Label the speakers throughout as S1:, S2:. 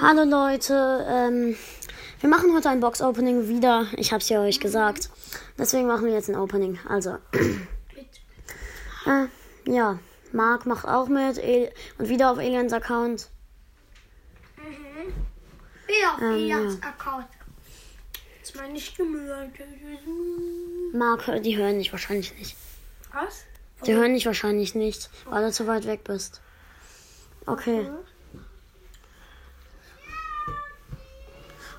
S1: Hallo Leute, ähm, wir machen heute ein Box-Opening wieder. Ich hab's ja euch gesagt. Deswegen machen wir jetzt ein Opening. Also, äh, ja, Marc macht auch mit El und wieder auf Elians Account.
S2: mhm. Wieder auf
S1: Ähm,
S2: Elias Account. Ist mal nicht gemüht.
S1: Marc, hör- die hören dich wahrscheinlich nicht.
S2: Was?
S1: Die hören dich wahrscheinlich nicht, weil du zu weit weg bist. Okay.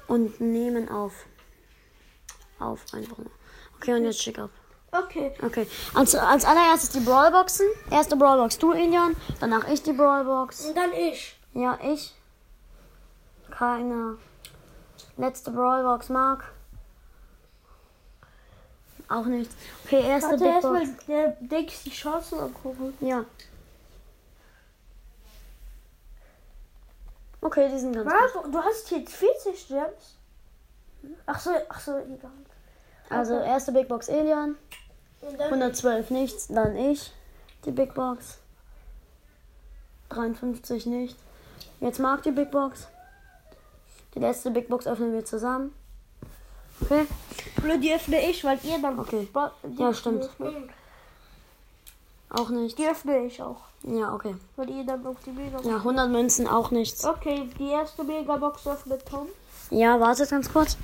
S1: Und nehmen auf. Auf, einfach nur. Okay, und jetzt schick ab.
S2: Okay.
S1: Okay, als, als allererstes die Brawlboxen. Erste Brawlbox du, Ilian. Danach ich die Brawlbox.
S2: Und dann ich.
S1: Ja, ich. Keine. Letzte Brawlbox, Marc. Auch nichts. Okay, erste
S2: Warte,
S1: Big Box.
S2: erstmal der Dix die Chancen angucken.
S1: Ja. Okay, die sind ganz gut.
S2: Was? Du hast jetzt 40 Gems? Ach so, ach so, egal.
S1: Also erste Big Box Elian,
S2: Und dann
S1: 112 nichts, dann ich, die Big Box. 53 nicht. Jetzt mag die Big Box. Die letzte Big Box öffnen wir zusammen. Okay?
S2: blöd, die öffne ich, weil ihr dann.
S1: Okay.
S2: Ba- die
S1: Ja, stimmt.
S2: öffnet.
S1: Auch nicht.
S2: Die öffne ich auch,
S1: Ja, okay.
S2: weil ihr dann auf die Megabox.
S1: Ja, 100 Münzen auch nichts.
S2: Okay, die erste Megabox öffnet Tom.
S1: Ja, wartet ganz kurz.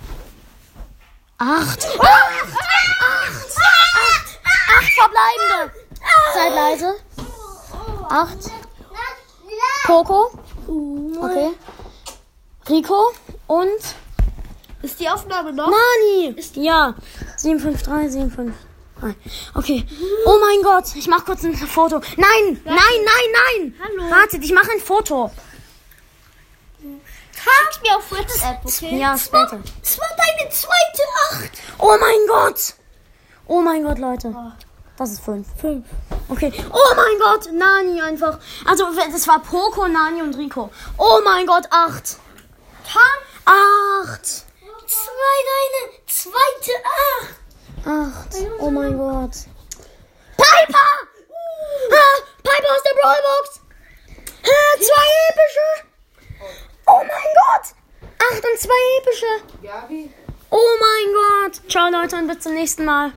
S1: Acht. Acht! Acht! Acht verbleibende! Seid leise. Acht. Coco. Okay. Rico und
S2: Ist die Aufnahme noch?
S1: Nani. Ja. 753, 75. Okay. Oh mein Gott, ich mach kurz ein Foto. Nein, nein, nein, nein.
S2: Hallo.
S1: Wartet, ich mache ein Foto.
S2: Schick mir auf WhatsApp, okay?
S1: Ja, später.
S2: Es war deine zweite Acht.
S1: Oh mein Gott! Oh mein Gott, Leute.
S2: Ah.
S1: Das ist fünf. Fünf. Okay. Oh mein Gott, Nani einfach. Also, das war Poco, Nani und Rico. Oh mein Gott, acht. Acht.
S2: Zwei deine zweite Acht.
S1: Acht. Oh mein Gott. Piper!
S2: Uh.
S1: Ah, Piper aus der Brawlbox. Ah, zwei epische. Oh mein Gott. Acht und zwei epische.
S3: Gabi?
S1: Oh mein Gott. Ciao, Leute, und bis zum nächsten Mal.